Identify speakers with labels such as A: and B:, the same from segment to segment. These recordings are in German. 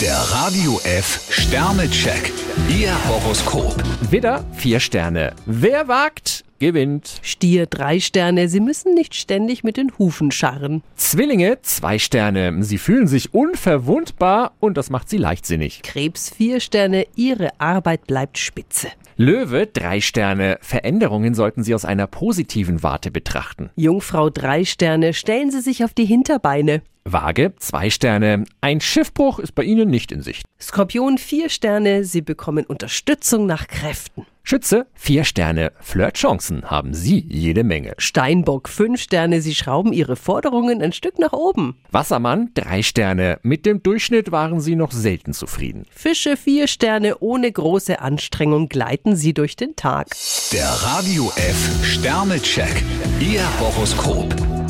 A: Der Radio F Sternecheck. Ihr Horoskop.
B: Widder, vier Sterne. Wer wagt, gewinnt.
C: Stier drei Sterne, Sie müssen nicht ständig mit den Hufen scharren.
B: Zwillinge, zwei Sterne. Sie fühlen sich unverwundbar und das macht sie leichtsinnig.
C: Krebs vier Sterne, Ihre Arbeit bleibt spitze.
B: Löwe, drei Sterne. Veränderungen sollten Sie aus einer positiven Warte betrachten.
C: Jungfrau drei Sterne, stellen Sie sich auf die Hinterbeine.
B: Waage, zwei Sterne. Ein Schiffbruch ist bei Ihnen nicht in Sicht.
C: Skorpion vier Sterne, Sie bekommen Unterstützung nach Kräften.
B: Schütze, vier Sterne. Flirtchancen haben Sie jede Menge.
C: Steinbock fünf Sterne, Sie schrauben Ihre Forderungen ein Stück nach oben.
B: Wassermann, drei Sterne. Mit dem Durchschnitt waren Sie noch selten zufrieden.
C: Fische vier Sterne, ohne große Anstrengung gleiten Sie durch den Tag.
A: Der Radio F Sternecheck. Ihr Horoskop.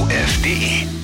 A: radiof.de.